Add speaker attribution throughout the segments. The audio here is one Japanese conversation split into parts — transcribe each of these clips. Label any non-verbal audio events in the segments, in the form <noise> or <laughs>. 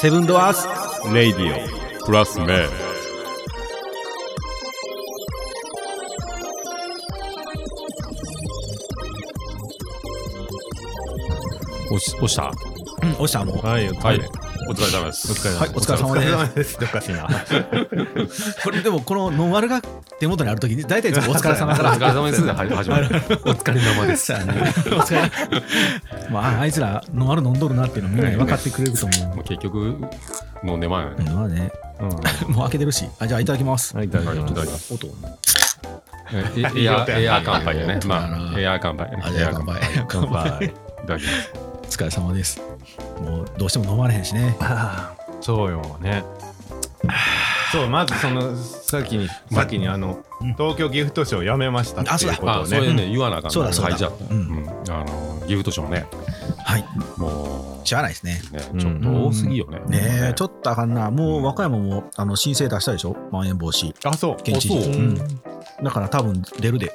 Speaker 1: セブンドアース
Speaker 2: レイディオプラスメン
Speaker 3: 押し押した
Speaker 1: 押したもう
Speaker 3: はい、お疲
Speaker 2: はい
Speaker 3: れ。
Speaker 2: お疲れ様です
Speaker 3: お疲れ様
Speaker 1: はいお疲れ様です
Speaker 3: です。おかしいな。
Speaker 1: これでもこのノンアルが手元にあるときに大体いつもお疲れ様
Speaker 2: お
Speaker 1: か
Speaker 2: 疲れ
Speaker 1: ら
Speaker 2: 様です。はい始まる。お疲れ様です。
Speaker 1: そうやねお疲れまああいつらノンアル飲んどるなっていうのみんなに分かってくれると思う
Speaker 2: もう結局飲んでまんよ
Speaker 1: う
Speaker 2: ね。
Speaker 1: んまあね
Speaker 3: うん。
Speaker 1: もう開けてるしあじゃあいただきます
Speaker 3: はい、いただ
Speaker 2: はい
Speaker 3: き
Speaker 2: いただ
Speaker 3: ま
Speaker 2: き
Speaker 3: す。
Speaker 2: ます。
Speaker 1: 音
Speaker 2: えエアエア乾杯やね。ま
Speaker 1: う
Speaker 2: あ
Speaker 1: ん
Speaker 2: エア乾杯
Speaker 1: あ
Speaker 2: ね。
Speaker 1: じゃあ乾杯
Speaker 3: 乾杯。
Speaker 2: いただきます。
Speaker 1: <laughs> お疲れ様ですもうどうしても飲まれへんしね
Speaker 3: そうよね。
Speaker 4: そうまずその先に
Speaker 2: ま
Speaker 4: 先にあの
Speaker 1: うん
Speaker 4: 東京ギフトショーやめましたっていうこと
Speaker 2: あ
Speaker 4: を
Speaker 2: それ
Speaker 4: ね
Speaker 2: ね言わなあかん。
Speaker 1: そうだそうだ
Speaker 2: はいじゃあ
Speaker 1: うん
Speaker 2: うんあのギフトショーね。
Speaker 1: はい
Speaker 2: も
Speaker 1: しゃあないですね
Speaker 2: うねちょっと多すぎよね。
Speaker 1: ねえち
Speaker 2: ょっ
Speaker 1: ょっとあかんなもう和歌山もあの申請出したでしょまん延防止
Speaker 4: あそう
Speaker 1: 県知事
Speaker 2: あそう
Speaker 1: うんだから多分出るで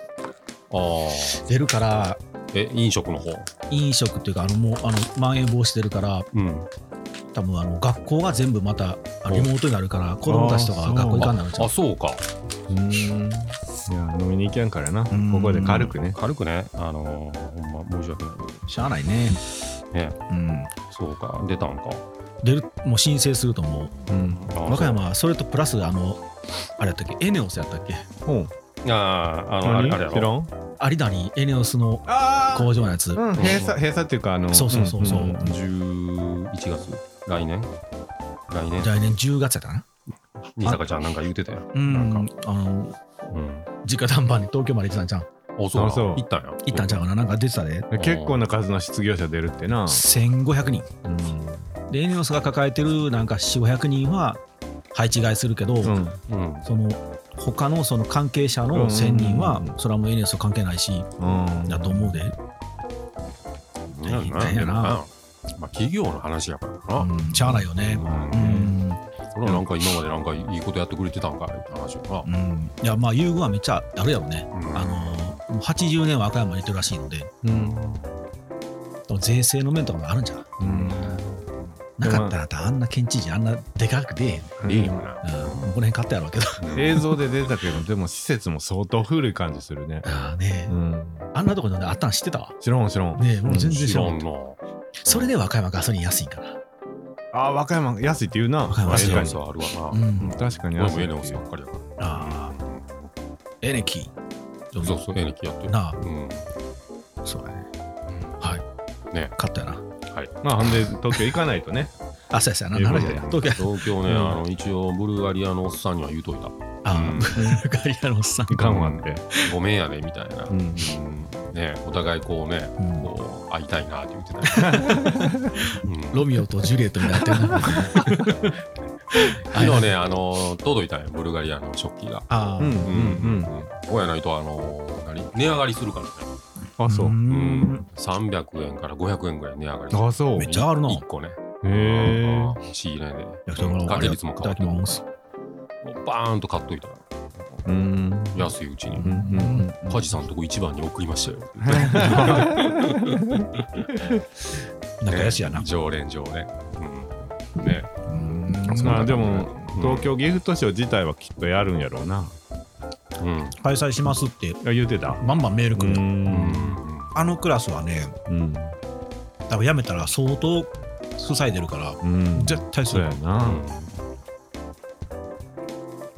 Speaker 2: と。あ
Speaker 1: 出るから
Speaker 2: あえ飲食の方。
Speaker 1: 飲食っていうかあのもうあのまん延防止出るから
Speaker 2: うん。
Speaker 1: 多分あの学校が全部またあ
Speaker 2: お
Speaker 1: リモートになるから子供たちとか
Speaker 3: あそう
Speaker 1: 学校行かんなるんちゃ
Speaker 2: あ
Speaker 1: う
Speaker 2: そうか。
Speaker 3: うん。い
Speaker 4: いや飲みに行けんからなこ
Speaker 1: ん
Speaker 4: こで軽くね
Speaker 2: 軽くねあのほんま申し訳ない
Speaker 1: しゃあないね、
Speaker 2: ね
Speaker 1: うん、
Speaker 2: そうか出たんか。
Speaker 1: 出るもう申請すると思う
Speaker 2: あ
Speaker 1: 和歌山はそれとプラスあのあれやったっけエネオスやったっけ
Speaker 4: うん
Speaker 2: ああ、あの、あれ
Speaker 4: 何
Speaker 2: あれや
Speaker 4: 知ら
Speaker 2: ろ。
Speaker 4: ん
Speaker 1: 有田にエネオスの
Speaker 4: あ
Speaker 1: 工場のやつ
Speaker 4: うん閉鎖閉鎖っていうかあの
Speaker 1: そうそうそうそうん
Speaker 4: んん
Speaker 2: 11月、来年来年
Speaker 1: 来年10月やったかな
Speaker 2: にさかちゃんなんか言うてたよ。
Speaker 1: うん
Speaker 2: なん
Speaker 1: あの
Speaker 2: うん。
Speaker 1: 直談判に東京まで行ってたんじゃん
Speaker 2: あ、そう
Speaker 4: あ
Speaker 2: な
Speaker 4: そう
Speaker 2: 行ったんや。
Speaker 1: 行ったんちゃうかななんか出てたで
Speaker 4: 結構な数の失業者出るってな
Speaker 1: 1500人
Speaker 4: う
Speaker 1: でエネオスが抱えてるなんか4500人は配置買いするけど、
Speaker 4: んうん
Speaker 2: うん。
Speaker 1: その他のその関係者
Speaker 4: うんうんう
Speaker 1: の
Speaker 4: ん
Speaker 1: 1000人はそれはもうエネオスと関係ないしだと思うで、大変だよな
Speaker 2: まあ、企業の話やからな。
Speaker 1: うん、しゃあないよね
Speaker 2: うん
Speaker 1: うん、
Speaker 2: 俺はなんか今までなんかいいことやってくれてたんかいって話やな
Speaker 1: う。ん、いやまあ優遇はめっちゃあるやろね、
Speaker 2: うん
Speaker 1: あのーもう80年は和歌山にいてるらしいので
Speaker 4: うん
Speaker 1: でも税制の面とかもあるんじゃんなかったらだあんな県知事あんなでかくで、
Speaker 2: いいよな。
Speaker 1: うん、もうこの辺買ったやろうけど
Speaker 4: 映像で出たけどでも施設も相当古い感じするね
Speaker 1: ああね
Speaker 4: うん
Speaker 1: あんなとこにあったん知ってたわ
Speaker 4: 知らん知らん
Speaker 1: ねえもう全然知
Speaker 2: 知
Speaker 1: ら
Speaker 2: ら
Speaker 1: ん、
Speaker 2: んな。
Speaker 1: それで和歌山ガソリン安いんから
Speaker 4: あ和歌山安いって言うな
Speaker 1: 和歌山安
Speaker 2: エ
Speaker 1: い
Speaker 4: 確
Speaker 2: ネオ
Speaker 4: かに
Speaker 2: スはあるわ
Speaker 1: う
Speaker 2: な。
Speaker 1: ん
Speaker 4: 確かに
Speaker 2: 俺
Speaker 4: 安
Speaker 2: もエ
Speaker 4: いって
Speaker 2: ネ
Speaker 4: い
Speaker 2: オス
Speaker 4: う
Speaker 2: ばっかりやから。
Speaker 1: ああエネキー
Speaker 2: そうそう、エネキやってる。
Speaker 1: なあ
Speaker 2: うん。
Speaker 1: そうやねはい
Speaker 2: ね
Speaker 1: 買ったやな
Speaker 4: まあほんで東京行かないとね
Speaker 1: あそうやそうや
Speaker 4: いう
Speaker 1: な
Speaker 4: こ
Speaker 1: な
Speaker 4: と
Speaker 1: るほどや東京
Speaker 2: 東京ね、
Speaker 4: うん
Speaker 2: あの、一応、ブルガリアのおっさんには言うといた。
Speaker 1: あ
Speaker 2: う
Speaker 1: あ
Speaker 2: ん
Speaker 1: ブルガリアのおっさん
Speaker 4: 行かんわって
Speaker 2: ごめんやね、みたいな。
Speaker 4: ん
Speaker 2: うんね、お互いこうね、
Speaker 1: うん
Speaker 2: こう会いたいなって言って
Speaker 1: <laughs>
Speaker 2: た、うん、
Speaker 1: ロミオとジュリエットになってるな
Speaker 2: 昨日ねあの届いたんよブルガリアの食器が
Speaker 1: ああ、
Speaker 4: うん
Speaker 2: う
Speaker 4: うんうん
Speaker 2: こうやないとあの何値上がりするからね、
Speaker 4: あそう
Speaker 2: うん、300円から500円ぐらい値上がり
Speaker 4: あそう
Speaker 1: めっちゃあるな。い
Speaker 2: 1個ね
Speaker 4: へえ
Speaker 2: うん仕入れで
Speaker 1: やだから
Speaker 2: 掛
Speaker 1: あ
Speaker 2: け
Speaker 1: れい
Speaker 2: 率も
Speaker 1: ただ
Speaker 2: 変わって
Speaker 1: き
Speaker 2: るも
Speaker 1: ます。
Speaker 2: うバーンと買っといたら
Speaker 4: うん
Speaker 2: 安いうちに、
Speaker 4: うんうん
Speaker 2: 梶さんとこ一番に送りましたよ
Speaker 1: 仲良しやな
Speaker 2: ね。常連常連、うん、ね
Speaker 1: うん
Speaker 4: まあでも
Speaker 2: うん
Speaker 4: 東京ギフトショー自体はきっとやるんやろうな
Speaker 2: うん
Speaker 1: 開催しますって
Speaker 4: あ言うてた
Speaker 1: バンバンメール
Speaker 4: う
Speaker 1: 来る。
Speaker 4: ん
Speaker 1: あのクラスはね、
Speaker 4: うん
Speaker 1: 多分やめたら相当塞いでるから、
Speaker 4: うん
Speaker 1: 絶対そ
Speaker 4: そう
Speaker 1: う
Speaker 4: や
Speaker 1: や。
Speaker 4: な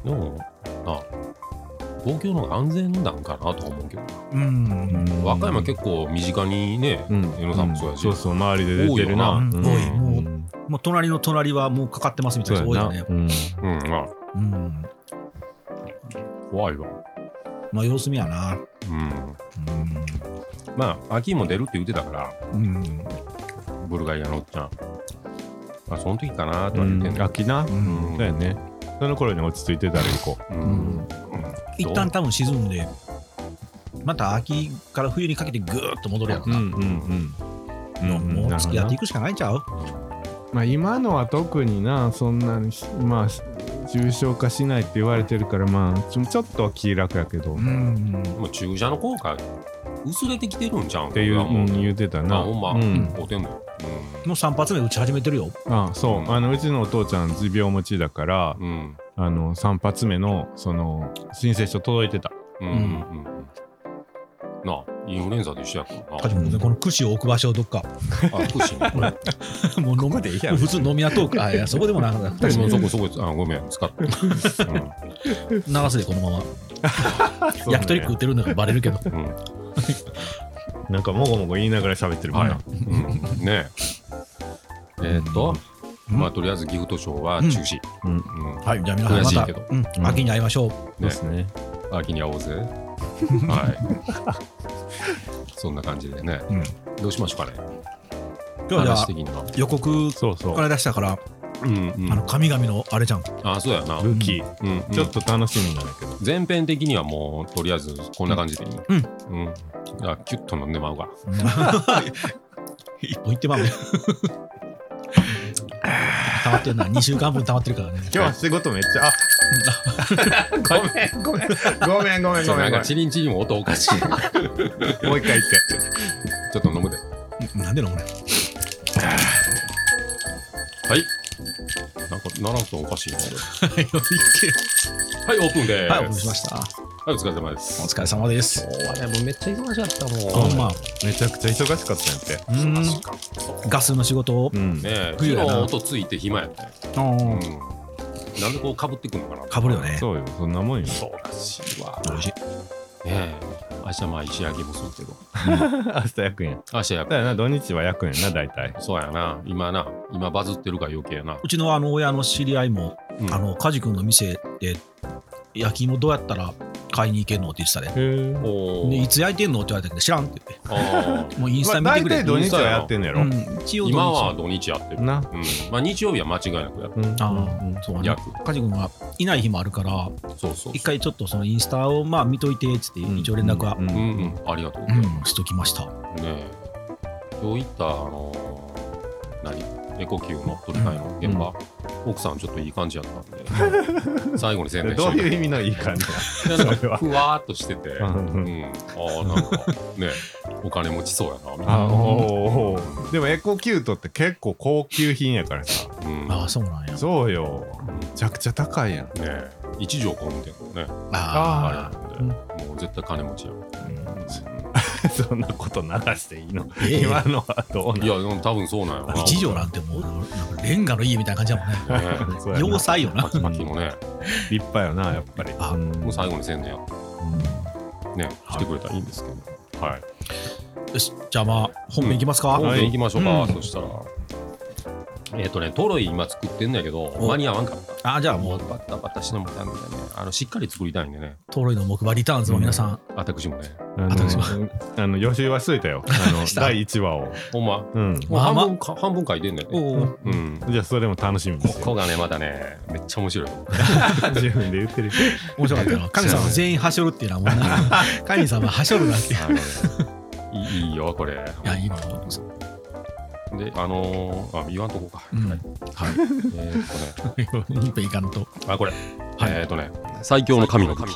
Speaker 2: でもな東京の方が安全なんかなとは思うけどな
Speaker 1: うん。
Speaker 2: 和歌山結構身近にね
Speaker 4: うん
Speaker 2: 江野さんもそうやし
Speaker 4: そうそう周りで出てるな
Speaker 1: いよな
Speaker 2: 多
Speaker 4: うん
Speaker 1: 多いもうもう隣の隣はもうかかってますみたい
Speaker 4: そ
Speaker 1: な人多
Speaker 4: う
Speaker 1: い
Speaker 4: や
Speaker 1: よ
Speaker 4: な
Speaker 1: ね。
Speaker 4: うん
Speaker 2: うんまあ
Speaker 1: うん。
Speaker 2: 怖いわ
Speaker 1: まあ様子見やな。
Speaker 2: うん
Speaker 1: うん
Speaker 2: まあ秋も出るって言ってたから
Speaker 1: うん。
Speaker 2: ブルガリアのおっちゃんまあその時かなとは
Speaker 4: う
Speaker 2: 言ってん
Speaker 4: ん
Speaker 2: だけ
Speaker 4: 秋な
Speaker 1: うん
Speaker 2: ど
Speaker 4: そうやねその頃に落ち着いてたら行こ
Speaker 2: う
Speaker 1: うん
Speaker 2: ん
Speaker 1: 一旦多分沈んで、また秋から冬にかけてぐーっと戻るやろ
Speaker 4: う
Speaker 1: な。
Speaker 4: ん
Speaker 1: もう付き合ってい
Speaker 4: く
Speaker 1: くしかないんちゃう
Speaker 4: まあ今のは特になそんなにしまあ重症化しないって言われてるからまあちょちょっとは気楽やけど、
Speaker 1: う
Speaker 4: っ
Speaker 1: ん
Speaker 2: でも注射の効果薄れてきてるんじゃうん
Speaker 4: てい
Speaker 2: こ
Speaker 4: う、
Speaker 2: れは
Speaker 4: う
Speaker 2: も
Speaker 4: ん
Speaker 2: う、
Speaker 4: 言うてた
Speaker 2: ま
Speaker 4: な
Speaker 2: あほんま、
Speaker 4: うん、
Speaker 2: おても、
Speaker 1: もう3発目打ち始めてるよ。
Speaker 4: あそうあのうちのお父ちゃん持病持ちだから、
Speaker 2: うんうん
Speaker 4: あの3発目のその申請書届い <laughs> てた
Speaker 2: うんうんうんうんなあインフルエンザと一緒やからな
Speaker 1: あでもねこの櫛を置く場所をどっか、
Speaker 2: あ福祉
Speaker 4: <laughs>
Speaker 2: に <laughs>
Speaker 1: もう飲む
Speaker 5: でいいやん
Speaker 1: 普通飲み屋トーク、あいや、そこでもなかった。
Speaker 2: もうそこそこあごめん使って、うん
Speaker 1: 流すで、このまま。
Speaker 4: そうね
Speaker 1: 焼き鳥食ってるんだからバレるけど。
Speaker 2: うん
Speaker 4: なんかもごもご言いながら喋ってるもんな、
Speaker 2: はうんねえ。えーっと、
Speaker 1: うん
Speaker 2: まあとりあえずギフトショーは中止。
Speaker 4: うん
Speaker 2: うん
Speaker 1: はい、じゃあ皆さん
Speaker 2: 悔
Speaker 1: ま
Speaker 2: しい
Speaker 1: た
Speaker 2: けど、
Speaker 1: うん、秋に会いましょう。
Speaker 4: そうですね
Speaker 2: 秋に会おうぜ。はい。 <laughs> そんな感じでね。
Speaker 1: うん
Speaker 2: どうしましょうかね。
Speaker 1: 今日はじゃ
Speaker 2: 話
Speaker 1: あ
Speaker 2: 的には。
Speaker 1: 予告
Speaker 4: そうそ
Speaker 1: から
Speaker 4: う
Speaker 1: 出したから、
Speaker 2: うんう
Speaker 1: あの
Speaker 2: ん。
Speaker 1: 神々のあれじゃん。
Speaker 2: あ、そうやな。
Speaker 4: 武器、
Speaker 2: うんうん
Speaker 4: ちょっと楽しみなんだけど、
Speaker 2: 前編的にはもうとりあえずこんな感じでいい。。
Speaker 1: うん
Speaker 2: うん。あ、キュッと飲んでまうが。
Speaker 1: 一本いってまうね。溜まってるな、2週間分溜まってるからね。
Speaker 4: 今日は仕事めっちゃあごめんごめんごめんごめん
Speaker 2: そ
Speaker 4: ご
Speaker 2: う
Speaker 4: め
Speaker 2: なんん
Speaker 4: ご
Speaker 2: か
Speaker 4: め
Speaker 2: チリンチリンも音おかしい。ち
Speaker 4: んもう一回言っ
Speaker 2: ょ
Speaker 4: て
Speaker 2: っと飲むで。
Speaker 1: なんでのこれ。
Speaker 2: はい。なんかならんとおかしいな。
Speaker 1: はい、お
Speaker 2: はい、オープンです。
Speaker 1: 送りしました。
Speaker 2: はい、お疲れ様です。
Speaker 1: お疲れ様です。
Speaker 2: 今日はね、もうめっちゃ忙しかった
Speaker 1: ほ
Speaker 2: も
Speaker 1: んま、
Speaker 4: めちゃくちゃ忙しかったんやって。
Speaker 1: うん、ガスの仕事を
Speaker 4: う。
Speaker 2: ね
Speaker 4: ん。
Speaker 2: え、昨
Speaker 1: 冬
Speaker 2: 日
Speaker 1: やな
Speaker 2: 音ついて暇やったよ。
Speaker 1: うん
Speaker 2: うん。なんでこうかぶってくんのかな。
Speaker 1: かぶるよ。ね。
Speaker 4: そうよ、そんなもん <laughs> よ。
Speaker 2: そうらしいわ。
Speaker 1: 美味しい。
Speaker 2: ねえ、明日まあ石焼きもするけど。
Speaker 4: 明日焼くんや。
Speaker 2: 明日やっ
Speaker 4: だよな、土日は焼くんやな、大体。
Speaker 2: そうやな。今な、今バズってるから余計やな。
Speaker 1: うちのあの親の知り合いも、
Speaker 2: うん
Speaker 1: あの、カジ君の店で、焼き芋どうやったら買いに行けんのって言ってたね。
Speaker 4: へぇ。
Speaker 2: お
Speaker 1: で、い
Speaker 2: ー。
Speaker 1: つ焼いてんのって言われたけど、知らんって言っ
Speaker 2: あ
Speaker 1: <laughs>
Speaker 2: ー
Speaker 1: て。もうインスタ見て
Speaker 4: 大
Speaker 1: くれ
Speaker 4: 体
Speaker 1: って。
Speaker 4: 土日はやってんのやろ。
Speaker 1: うん、一応土日
Speaker 2: 今は土日やってる。うん。
Speaker 4: な。
Speaker 2: まあ日曜日は間違いなくやる。
Speaker 4: うん
Speaker 1: ああ、そうね
Speaker 2: 焼。く。
Speaker 1: カジ君はいない日もあるから、
Speaker 2: そうそう
Speaker 1: 一。回ちょっとそのインスタをまあ見といてっつって
Speaker 4: うん
Speaker 1: 一応連絡は
Speaker 4: うん
Speaker 2: う
Speaker 4: うんん
Speaker 2: うん。ありがとう。
Speaker 1: うん、
Speaker 2: ね
Speaker 1: しときました
Speaker 2: え。どういった、あのー、何エコキューの取り替えの現場。奥さんちょっといい感じやったんで。最後に宣
Speaker 4: で
Speaker 2: 伝し
Speaker 4: どう
Speaker 2: といて
Speaker 4: いう意味のいい感じ
Speaker 2: いやなん
Speaker 4: それ
Speaker 2: か
Speaker 4: は
Speaker 2: ふわーっとしてて、う、
Speaker 4: うんん
Speaker 2: ああなんかねお金持ちそうやなみたい
Speaker 4: あ
Speaker 2: な、
Speaker 4: あ、おーおーおーでもエコキュートって結構高級品やからさ。
Speaker 2: うん、
Speaker 1: あ
Speaker 2: ね
Speaker 1: あそうなんや
Speaker 4: そうよ。めちゃくちゃ高いやん。
Speaker 2: 一条工務店のね
Speaker 1: あ
Speaker 2: あれな
Speaker 4: あ
Speaker 2: んで、もう絶対金持ちやん、
Speaker 4: あ、 <laughs> そんなこと流していいの
Speaker 1: ええ
Speaker 4: 今のはどう
Speaker 2: いやでも多分そうなんやろ
Speaker 1: あ
Speaker 2: な
Speaker 1: 一条なんてもうなんかレンガの家みたいな感じだもんね
Speaker 2: ね
Speaker 4: なのそうやな
Speaker 1: 要塞よな
Speaker 2: パキパキのね
Speaker 4: 立派やな、やっぱり。
Speaker 1: あ
Speaker 4: うん
Speaker 2: もう最後に宣伝やね
Speaker 1: はい
Speaker 2: 来てくれたらいいんですけどはい
Speaker 1: よしじゃあまあ本編いきますか、
Speaker 2: 本
Speaker 4: はい
Speaker 2: 編行きましょうか、
Speaker 1: うん
Speaker 2: そしたらえっ、とねトロイ今作ってんだけど
Speaker 1: お
Speaker 2: 間に合わんかった
Speaker 1: ああじゃあも
Speaker 2: も
Speaker 1: う
Speaker 2: うバタバタしてもたんでねあのしっかり作りたいんでね
Speaker 1: トロイの木馬リターンズも皆さん、
Speaker 2: 私もね
Speaker 4: あの
Speaker 1: 私
Speaker 4: あの予習はしといたよ。あの
Speaker 1: した
Speaker 4: 第1話を。
Speaker 2: ほんま
Speaker 4: うん。
Speaker 2: もう
Speaker 1: まあ
Speaker 2: 半
Speaker 1: まあ
Speaker 2: 分か半分書いてんだよね
Speaker 1: おお
Speaker 2: うん、
Speaker 4: じゃあそれも楽しみに
Speaker 2: こ
Speaker 4: して
Speaker 2: こがねまたねめっちゃ面白い
Speaker 4: 自分で言ってる。
Speaker 1: 面白かったよな神様全員はしょるっていうのはもうな神様はしょるなんてい
Speaker 2: あのねいいいいよこれ
Speaker 1: やいいなと思います
Speaker 2: であのー、あ言わんとこか、
Speaker 1: うん
Speaker 2: はい
Speaker 1: はい
Speaker 2: えーっとね
Speaker 1: 本編いかんと
Speaker 2: あこれ、
Speaker 1: はい
Speaker 2: えーっとね最強の神の神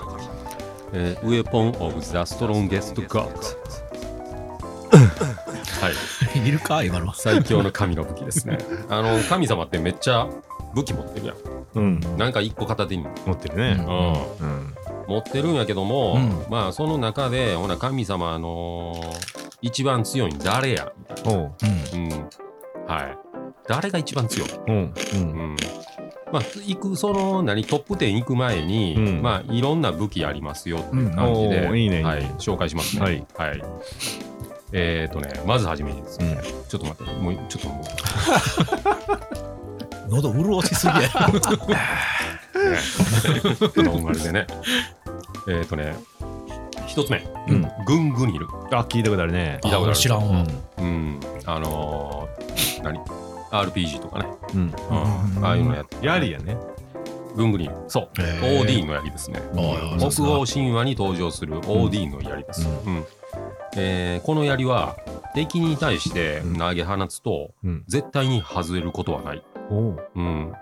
Speaker 2: えー、ウェポン・オブ・ザ・ストロンゲスト・ゴッドはい
Speaker 1: いるか今のは
Speaker 2: 最強の神の武器ですね <laughs> あの神様ってめっちゃ武器持ってるやん
Speaker 4: うん。
Speaker 2: なんか一個片手に、うん、
Speaker 4: 持ってるね。うん。
Speaker 2: 持ってるんやけども、
Speaker 1: う
Speaker 2: まあその中でほな神様の一番強いん誰やみたいな
Speaker 4: おう。
Speaker 1: うん
Speaker 2: うん、はい。誰が一番強い、
Speaker 4: うん。う。
Speaker 2: うんんまあ、行くその何トップ10行く前に、
Speaker 4: うん
Speaker 2: まあ、いろんな武器ありますよって
Speaker 1: うん
Speaker 2: 感じで、
Speaker 4: おーいいね
Speaker 2: はい
Speaker 4: いいね
Speaker 2: 紹介しますね。
Speaker 4: はい。
Speaker 2: えっ、とね、まずはじめにです
Speaker 4: う
Speaker 2: ね、
Speaker 4: ん。
Speaker 2: ちょっと待って、もうちょっともう
Speaker 1: 喉潤しすぎや
Speaker 2: ノンアルでね。 <laughs> えっとね、一つ目、
Speaker 4: うん。
Speaker 2: グングニル。
Speaker 4: あ、聞いたことあるね。
Speaker 2: いたことあ
Speaker 1: あ
Speaker 2: る
Speaker 1: 知らんわ、
Speaker 2: うん、あのー、何 ?RPG とかね、
Speaker 4: うん。うん。
Speaker 1: うん
Speaker 2: ああいうのやって、
Speaker 4: やりやね。
Speaker 2: グングニル。そう、
Speaker 1: へー
Speaker 2: OD の槍ですね。
Speaker 1: ああ
Speaker 2: 北欧神話に登場する OD の槍です、うんえーこの槍は敵に対して投げ放つと
Speaker 4: うん。
Speaker 2: 絶対に外れることはない、
Speaker 4: おう。
Speaker 2: うん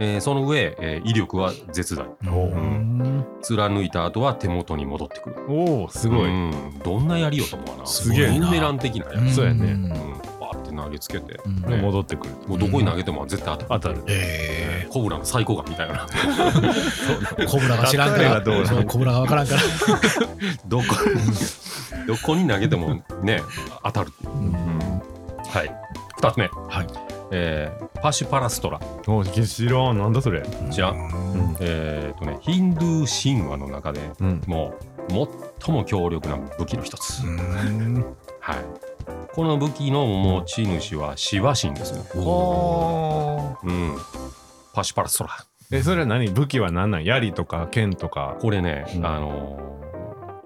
Speaker 2: えーその上、えー威力は絶大。
Speaker 4: お
Speaker 1: う
Speaker 4: うん
Speaker 2: 貫いた後は手元に戻ってくる。
Speaker 4: おおすごい、
Speaker 2: うんどんな槍よと思うな。
Speaker 1: すげえな
Speaker 2: ブーメラン的な
Speaker 1: うん
Speaker 2: 槍。
Speaker 4: そうやね
Speaker 2: うん
Speaker 1: ん。
Speaker 2: バーって投げつけて、
Speaker 1: うん
Speaker 2: ね
Speaker 4: 戻ってくる
Speaker 2: もうどこに投げても絶対当た
Speaker 4: 当
Speaker 2: る。
Speaker 4: たる
Speaker 1: え
Speaker 2: コブラの最高感みたいな。
Speaker 1: ー、コブラが知らんか
Speaker 4: 例えば
Speaker 1: ら、
Speaker 4: どうなの
Speaker 1: そうコブラがわからんから。
Speaker 2: どこに <laughs> どこに投げてもね、当たる。はい。二つ目。
Speaker 1: はい
Speaker 2: えーパシュパラストラ。
Speaker 4: お知らんなんだそれ
Speaker 2: 知らん
Speaker 1: ん。
Speaker 2: えーとね、ヒンドゥー神話の中で
Speaker 4: うん
Speaker 2: もう最も強力な武器の一つ。はい。この武器の持ち主はシワ神ですね。
Speaker 4: お
Speaker 2: うん。パシュパラストラ。
Speaker 4: えそれは何武器は何なん槍とか剣とか
Speaker 2: これね、
Speaker 4: うん
Speaker 2: あのー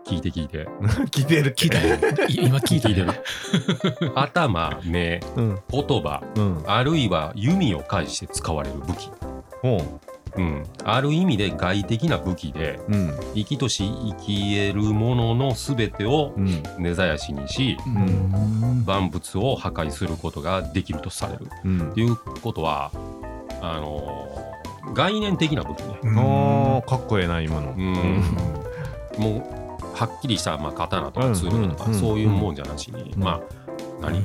Speaker 2: 聞いて聞いて。
Speaker 4: <laughs> 聞いてる聞いて
Speaker 1: <laughs>
Speaker 4: る
Speaker 1: い今聞いた
Speaker 2: 聞い
Speaker 4: <laughs>
Speaker 2: てる。頭、目、
Speaker 4: うん
Speaker 2: 言葉、
Speaker 4: うん
Speaker 2: あるいは弓を介して使われる武器。
Speaker 4: お
Speaker 2: うん、ある意味で外的な武器で
Speaker 4: うん
Speaker 2: 生きとし生き得るものの全てを
Speaker 4: うん
Speaker 2: 根ざやしにし
Speaker 1: うん
Speaker 2: 万物を破壊することができるとされる
Speaker 4: うん
Speaker 2: ということはあのー概念的な武器ね、
Speaker 4: あーかっこええな今
Speaker 2: う
Speaker 4: の
Speaker 2: ん、もうはっきりした、まあ、刀と
Speaker 4: う
Speaker 2: か
Speaker 4: ん
Speaker 2: ツールとか、
Speaker 4: うん
Speaker 2: そういうもんじゃなしに、
Speaker 4: うん
Speaker 2: まあ何、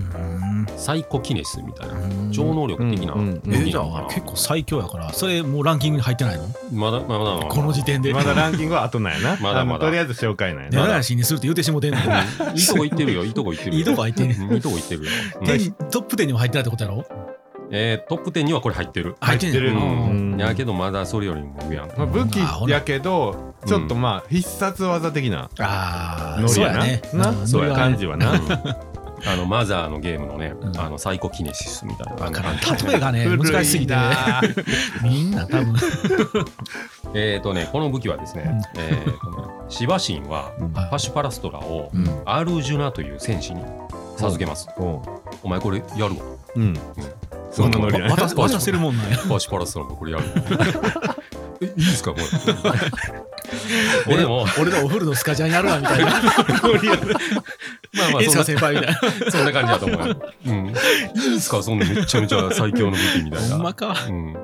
Speaker 2: サイコキネシスみたいな、超能力的な
Speaker 4: うんう
Speaker 2: 武
Speaker 4: ん
Speaker 2: 器
Speaker 1: え
Speaker 2: な
Speaker 1: ー、
Speaker 2: の
Speaker 1: じゃ
Speaker 2: かな
Speaker 1: あ結構最強やからそれもうランキングに入ってないの
Speaker 2: まだまだまだ
Speaker 1: この時点で
Speaker 4: まだ
Speaker 1: <laughs>
Speaker 4: ランキングは後なんやな
Speaker 2: まだまだ
Speaker 4: あのとりあえず紹介なんや
Speaker 1: 根
Speaker 4: な
Speaker 1: 絶やしにするって言うてしもてんねん
Speaker 2: うんいいとこ行ってるよいいとこ行ってるよ
Speaker 1: いいとこ入ってんねん
Speaker 2: うんいいとこ行ってるよ、
Speaker 1: <laughs>
Speaker 2: うん
Speaker 1: 天トップ10にも入ってないってことやろ
Speaker 2: えートップ10にはこれ入ってる。
Speaker 1: 入ってんね
Speaker 4: 入ってる
Speaker 1: んうん
Speaker 2: うん、やけどまだそれよりも上やん。
Speaker 4: まあ、武器やけど
Speaker 2: うん
Speaker 4: ちょっとまあ必殺技的な
Speaker 1: ああ
Speaker 4: ノリ
Speaker 1: そう
Speaker 4: や
Speaker 1: やね
Speaker 4: な
Speaker 1: うん
Speaker 4: なそう
Speaker 1: ノ
Speaker 4: や
Speaker 1: リはね
Speaker 4: 感じはな
Speaker 2: あのマザーのゲームのね、
Speaker 1: うん
Speaker 2: あのサイコキネシスみたいな
Speaker 1: わ
Speaker 2: 感じ
Speaker 1: からん例えがね難しすぎてね
Speaker 4: 古いな
Speaker 1: みんな多分
Speaker 2: えっ、とねこの武器はですね、えーとねシバ神は
Speaker 1: <laughs>
Speaker 2: パシュパラストラを
Speaker 1: うん
Speaker 2: アルジュナという戦士に授けます。
Speaker 4: おう
Speaker 2: お前これやるわ。
Speaker 4: うんそんなノリや
Speaker 1: わ
Speaker 4: な
Speaker 1: 渡す渡せるもんなんや
Speaker 2: パシュパラストラもこれやるわ。えいいですかこれ。 <laughs> 俺も
Speaker 1: 俺らお古のスカジャンやるわみたいな
Speaker 2: まあまあ
Speaker 1: エス
Speaker 2: そん
Speaker 1: カ
Speaker 2: な
Speaker 1: 先輩みたいな
Speaker 2: そんな感じだと思うよ。うん。いいですかそんなめっちゃめちゃ最強の武器みたい
Speaker 1: ほ
Speaker 2: な。
Speaker 1: んまか
Speaker 2: うん、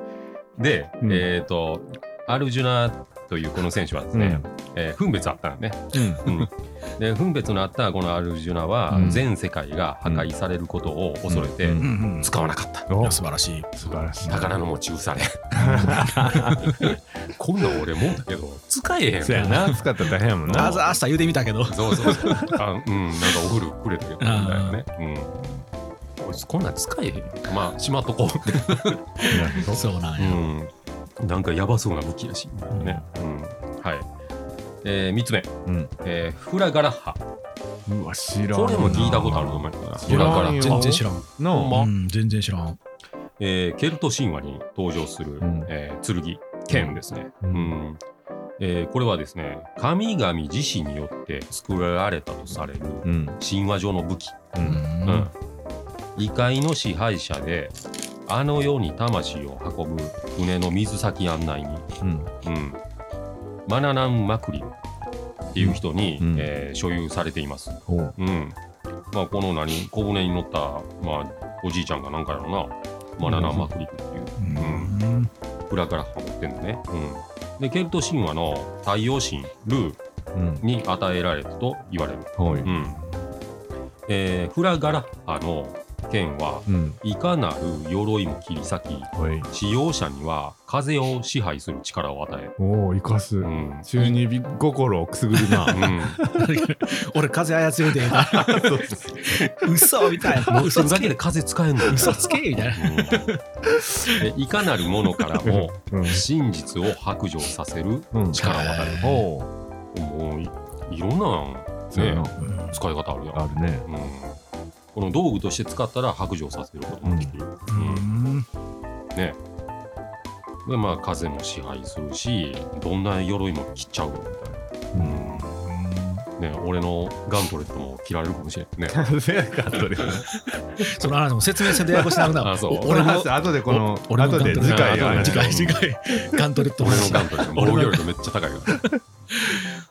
Speaker 2: で、
Speaker 4: うん
Speaker 2: えっ、と、アルジュナというこの選手はですね、えー分別あったのね。
Speaker 4: うん
Speaker 2: うん、で、分別のあったこのアルジュナは
Speaker 4: う、ん
Speaker 2: 全世界が破壊されることを恐れて
Speaker 4: う
Speaker 1: うんんうん
Speaker 2: 使わなかった。
Speaker 4: お
Speaker 1: 素晴らしい
Speaker 4: 素晴らしい
Speaker 2: 宝の持ち腐れ。
Speaker 4: <laughs>
Speaker 2: こんなん俺もんだけど、使えへん。
Speaker 4: そうやな使ったら大変やもん
Speaker 1: あ
Speaker 4: な
Speaker 1: ざあした言うてみたけど
Speaker 2: そうそうそう。あうん、なんかお風呂くれたけど、みたいなね。うん。こいつこんなん使えへんよ。まあ、しまっとこう。
Speaker 1: そうなんや
Speaker 2: うん、なんかやばそうな武器やし、ねうんはいえー、3つ目、
Speaker 4: うん
Speaker 2: えーフラガラッハ
Speaker 4: うわ知らん
Speaker 2: これも聞いたことあると思うけどな
Speaker 4: 知
Speaker 2: フ
Speaker 4: ら
Speaker 2: ラ
Speaker 4: んよ
Speaker 2: ガラッハ、
Speaker 1: 全然知らん
Speaker 4: の
Speaker 2: ほんま
Speaker 1: うん全然知らん
Speaker 2: えーケルト神話に登場する、
Speaker 4: うん
Speaker 2: えー剣剣ですね、
Speaker 4: う
Speaker 2: うんんえーこれはですね神々自身によって作られたとされる
Speaker 4: うん
Speaker 2: 神話上の武器、
Speaker 4: う
Speaker 1: うん
Speaker 2: うん異界の支配者であの世に魂を運ぶ船の水先案内人
Speaker 4: うん
Speaker 2: うん、マナナン・マクリンっていう人に、
Speaker 4: うん
Speaker 2: えー所有されています。
Speaker 4: おう
Speaker 2: うんまあ、この何小舟に乗った、まあ、おじいちゃんがなんかやろなマナナン・マクリンっていう
Speaker 1: うん
Speaker 2: フラからハモってんのね。うん、でケルト神話の太陽神ルー
Speaker 4: うん
Speaker 2: に与えられたと言われる。
Speaker 4: おいう
Speaker 2: うんえーフラガラッハの剣は
Speaker 4: うん
Speaker 2: いかなる鎧も切り裂き
Speaker 4: おい
Speaker 2: 使用者には風を支配する力を与え、
Speaker 4: おう生か
Speaker 2: <laughs>
Speaker 4: す
Speaker 2: うん
Speaker 4: 中二病心をくすぐる <laughs> な
Speaker 2: うん、
Speaker 1: 俺風操るで嘘みたいな
Speaker 2: もうそれだけで風使えんの
Speaker 1: 嘘つけみたいな
Speaker 2: でいかなるものからも
Speaker 4: うん
Speaker 2: 真実を白状させる
Speaker 4: うん
Speaker 2: 力を与え
Speaker 4: おう
Speaker 2: るもういいろんな
Speaker 4: そうやな
Speaker 2: 使い方あるやん、
Speaker 4: あるね
Speaker 2: うん、この道具として使ったら白状させることもできる、
Speaker 1: うん
Speaker 2: でまあ風も支配するしどんな鎧も切っちゃうよみたいな、うんね、俺のガントレットも切られるかもしれんね
Speaker 4: せやか <laughs> それ
Speaker 1: その話も説明せんとややこしなくなる
Speaker 2: あそう
Speaker 1: 俺も
Speaker 4: あとでこの
Speaker 1: お俺も
Speaker 4: 後で次回
Speaker 2: ガン
Speaker 4: は
Speaker 2: ト
Speaker 1: 次
Speaker 2: レット
Speaker 1: 回次回ガントレットの
Speaker 2: 俺の
Speaker 1: 話
Speaker 2: ガントレット防御力めっちゃ高いから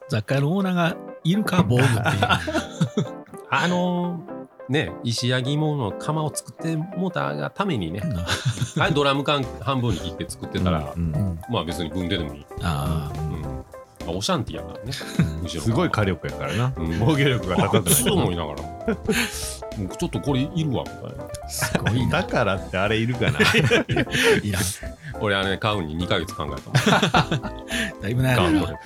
Speaker 1: 雑貨屋のオーナーがいるか防具っていう
Speaker 2: あのーね、石焼き芋の釜を作ってもうたがた
Speaker 1: <laughs>
Speaker 2: めにね、
Speaker 1: うん
Speaker 2: あれドラム缶半分に切って作ってたら、
Speaker 4: うん
Speaker 1: うん
Speaker 2: まあ別に分出でもいい。
Speaker 1: あ
Speaker 2: うんまあ、オシャンティやからね、後ろ
Speaker 4: すごい火力やからな、
Speaker 2: うん
Speaker 4: 防御力が高く
Speaker 2: そう
Speaker 4: な
Speaker 2: 思
Speaker 4: い
Speaker 2: いながら、もうちょっとこれいるわみたいな。
Speaker 1: あ、すごいな。
Speaker 4: だからってあれいるかな
Speaker 1: いらん。
Speaker 2: 俺、あれ買うに2ヶ月考えたもん。
Speaker 1: だいぶ悩 <laughs>
Speaker 2: 頑
Speaker 1: ん
Speaker 2: 張
Speaker 1: だ。
Speaker 2: れ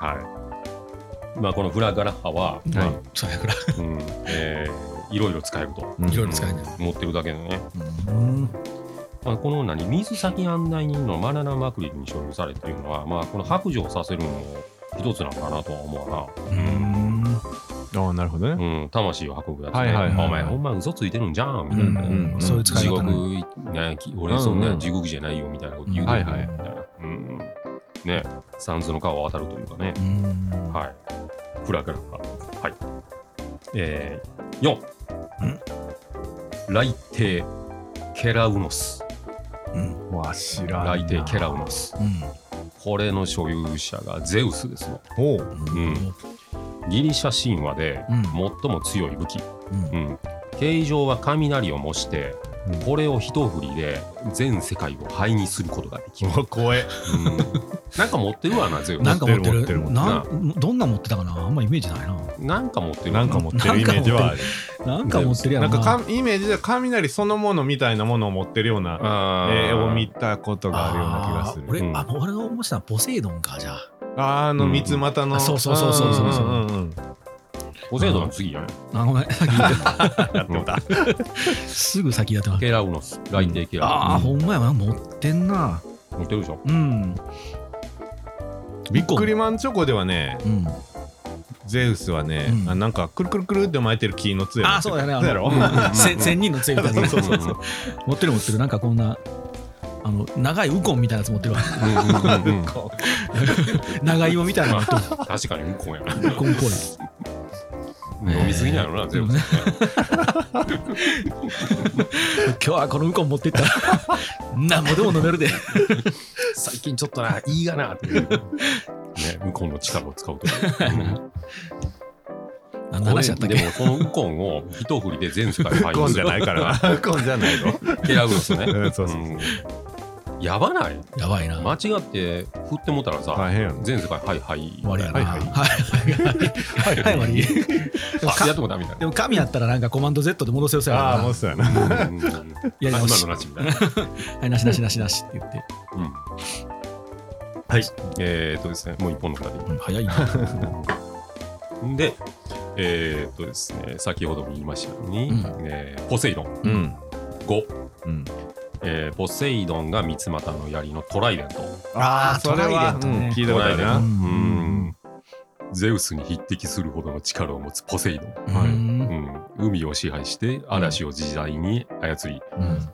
Speaker 2: はい。まあ、このフラガラッハは、まあ
Speaker 1: そうやから。
Speaker 2: うんえーいろいろ使えると。
Speaker 4: うん
Speaker 1: いろいろ使えるね。
Speaker 2: 持ってるだけでね。
Speaker 1: うん。
Speaker 2: まあ、この何、水先案内人のマナナ・マクリルに所有されっていうのは、まあ、この白状させるのも一つなのかなとは思うな。
Speaker 1: うん。
Speaker 4: ああなるほどね、
Speaker 2: うん、魂を運ぶやつ、ね
Speaker 4: はいはいはい
Speaker 2: お前、ほんま嘘ついてるんじゃんみたいなね。
Speaker 1: うんうんそういう使い
Speaker 2: 地
Speaker 1: 方
Speaker 2: 獄
Speaker 1: ね。
Speaker 2: ね、き俺そん
Speaker 4: うん
Speaker 2: な
Speaker 4: うん
Speaker 2: 地獄じゃないよみたいなこと言う
Speaker 1: はい
Speaker 4: はい
Speaker 2: みたいな、うん、ねサンズの川を渡るというかね、
Speaker 1: うん。
Speaker 2: はいフラグラッハはいえー、4
Speaker 1: うん
Speaker 2: 来帝ケラウノス
Speaker 1: うん。
Speaker 4: わ知らん
Speaker 2: 来帝ケラウノス
Speaker 1: うん。
Speaker 2: これの所有者がゼウスですよ
Speaker 4: おう
Speaker 2: うんギリシャ神話で
Speaker 1: うん
Speaker 2: 最も強い武器、
Speaker 1: うん
Speaker 2: うん、形状は雷を模して
Speaker 4: うん
Speaker 2: これを一振りで全世界を灰にすることができる
Speaker 4: うわ怖え
Speaker 2: うんなんか持ってるわな、ゼウス。
Speaker 1: なんか持って
Speaker 4: 持ってる
Speaker 1: る。
Speaker 4: 持ってる
Speaker 1: なんどんな持ってたかなあんまイメージないな。
Speaker 2: なんか持ってる
Speaker 4: なんか持ってるイメージはある
Speaker 1: なんか持ってるや
Speaker 4: な
Speaker 1: ろ
Speaker 4: ん
Speaker 1: な。
Speaker 4: かかイメージでは雷そのものみたいなものを持ってるような
Speaker 2: あー
Speaker 4: 絵を見たことがあるような気がす
Speaker 1: あ
Speaker 4: る
Speaker 1: ー俺、
Speaker 2: うん
Speaker 1: あの俺が思ってたのはポセイドンか、じゃあ。
Speaker 4: あーあの三つ股の、
Speaker 1: あそうそうそうそうそうそうん
Speaker 4: んん
Speaker 2: ポセイドンの次やね。
Speaker 1: あごめん、先言って
Speaker 4: やってもた
Speaker 1: すぐ先やってます。
Speaker 2: ケラウノス、来帝ケ
Speaker 1: ああ、
Speaker 2: ラウノ
Speaker 1: ほんまやな、持ってんな。
Speaker 2: ス。持ってるでしょ。
Speaker 1: うん。
Speaker 4: ビックリマンチョコではね
Speaker 1: うん。
Speaker 4: ゼウスはね、
Speaker 1: うん
Speaker 4: あなんかくるくるくるって巻いてる木の杖
Speaker 1: ああ、そうだ
Speaker 4: ね
Speaker 1: ね。あ
Speaker 4: そうや
Speaker 1: の
Speaker 4: ろ
Speaker 1: うんせ千人の杖みたいなやつ
Speaker 4: そう
Speaker 2: <laughs>
Speaker 4: そう
Speaker 2: そ
Speaker 1: 持ってる持ってる。なんかこんな、あの、長いウコンみたいなやつ持ってるわ。 <laughs>
Speaker 2: うんうんうん
Speaker 4: こ
Speaker 1: 長芋みたいな
Speaker 2: ま
Speaker 1: の。
Speaker 2: <laughs> あ確かに、こうやな。
Speaker 1: ウコンっぽい。
Speaker 2: 飲みすぎなのな、ゼウス。
Speaker 1: 今日はこのウコン持ってった <laughs> ら、なんぼでも飲めるで。
Speaker 2: 最近ちょっとな、いいがなっていう。ね、ウコンの力を使うと。うん
Speaker 1: あんな
Speaker 2: これ
Speaker 1: 話やったっ
Speaker 2: で
Speaker 1: け
Speaker 2: も、そのウコンを一振りで全世界
Speaker 4: う
Speaker 2: 配。
Speaker 4: コンじゃないいから
Speaker 1: <laughs>
Speaker 4: なコンじゃないの
Speaker 2: ケラウノスね。
Speaker 4: うんそうそうそう
Speaker 2: うんやばない
Speaker 1: やばいな。
Speaker 2: 間違って振ってもたらさ、
Speaker 4: 大変やん
Speaker 2: 全世界、はいはい。
Speaker 1: 終わりやな。
Speaker 4: は
Speaker 1: はいい
Speaker 4: は
Speaker 1: はいいはい。はい、終わり。
Speaker 2: あやってもダメだ。
Speaker 1: でも神やったらなんかコマンド Z で戻せよそうや
Speaker 4: ああ
Speaker 1: か
Speaker 4: ー
Speaker 1: ら
Speaker 4: もう
Speaker 1: な
Speaker 4: そうやな
Speaker 2: うんうん
Speaker 1: いやいや
Speaker 2: 今のなしみたいな。
Speaker 1: はい、なしなしなしなしって言って。
Speaker 2: はい。えーっとですね、もう一本の
Speaker 1: う
Speaker 2: 二
Speaker 1: ん、早いな。
Speaker 2: 人。で、えーっとですね、先ほども言いましたように、
Speaker 1: うん
Speaker 2: えーポセイドン
Speaker 4: うん
Speaker 2: 5、
Speaker 4: うん
Speaker 2: えーポセイドンが三つ股の槍のトライデント。
Speaker 1: あー
Speaker 4: それ
Speaker 1: トライ
Speaker 4: は、
Speaker 1: デント
Speaker 4: うん
Speaker 1: ね
Speaker 4: 聞いたことある
Speaker 2: う
Speaker 4: な
Speaker 1: うん
Speaker 2: ゼウスに匹敵するほどの力を持つポセイドン。
Speaker 4: はいう
Speaker 2: うんん、海を支配して嵐を自在に操り、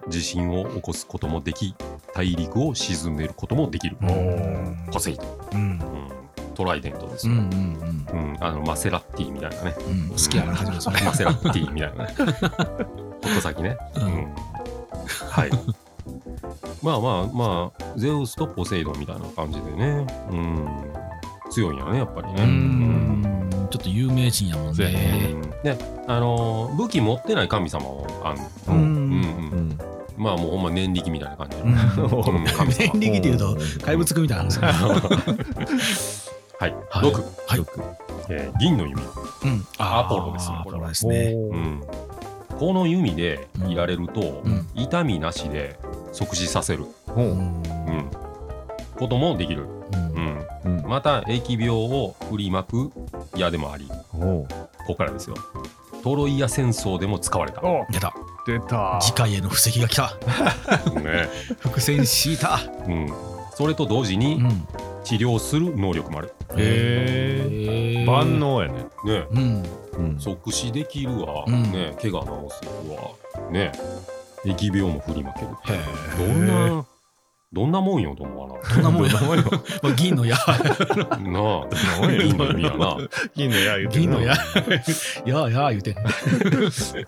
Speaker 2: 地震を起こすこともでき、大陸を沈めることもできる。
Speaker 1: うんうん
Speaker 2: ポセイド
Speaker 1: うん
Speaker 2: ン、うんトライデントです
Speaker 1: う
Speaker 2: よ。
Speaker 1: んうん
Speaker 2: うん、あのマセラッティみたいなね。 <laughs>
Speaker 1: うん好きやから初めてそれ。
Speaker 2: マセラッティみたい
Speaker 1: <laughs>
Speaker 2: なね。こ先ね。
Speaker 1: う
Speaker 2: うんん。はい。まあまあまあ、ゼウスとポセイドンみたいな感じでね。うん。強いんやね、やっぱりね。
Speaker 1: う。んちょっと有名人やもん
Speaker 4: そうや
Speaker 1: ね。
Speaker 2: で、あのー武器持ってない神様もあんの
Speaker 1: う
Speaker 2: うんんうん。まあもうほんま念力みたいな感じの。
Speaker 1: うん
Speaker 2: <laughs> うん神
Speaker 1: 便
Speaker 2: 様。
Speaker 1: 利っていうと怪物くんみたいな話だね。
Speaker 2: はい。
Speaker 1: はい
Speaker 2: 六、
Speaker 1: はい
Speaker 2: えー銀の
Speaker 1: う
Speaker 2: 弓。
Speaker 1: ん
Speaker 2: アポロですよ
Speaker 1: あーア
Speaker 2: こ
Speaker 1: ポ
Speaker 2: れは
Speaker 1: ロですね。
Speaker 2: うん。この弓でいられると、
Speaker 1: うん
Speaker 2: 痛みなしで即死させる。
Speaker 4: ほ
Speaker 1: う
Speaker 4: うん
Speaker 2: うん、こともできる、うん、
Speaker 4: うん
Speaker 2: また疫病を振りまく矢でもありこ
Speaker 4: ほ
Speaker 2: こからですよトロイア戦争でも使われた、
Speaker 4: うお
Speaker 1: やだ
Speaker 4: 出た
Speaker 1: 次回への布石が来た。
Speaker 2: ね
Speaker 1: 伏線敷いた。
Speaker 2: うん、それと同時
Speaker 1: う
Speaker 2: に
Speaker 1: ん
Speaker 2: 治療する能力もある、
Speaker 4: へー
Speaker 1: へー
Speaker 4: 万。能やね
Speaker 2: ね、
Speaker 1: うん
Speaker 4: うん
Speaker 2: 即死できるわ、
Speaker 1: うん
Speaker 2: ね、怪我治すわ、ね、疫病も振りまける
Speaker 1: へ
Speaker 2: どんなどんなもんよと思わ
Speaker 1: こんなもん
Speaker 4: <laughs>
Speaker 1: や。 <laughs> まあ銀の矢。
Speaker 2: な
Speaker 1: <laughs>
Speaker 2: なあ
Speaker 4: どんなもんよ
Speaker 2: 銀の弓やな
Speaker 4: 銀の矢言うてる
Speaker 1: 銀
Speaker 4: な <laughs>
Speaker 1: の矢やあやあ言うてんのへ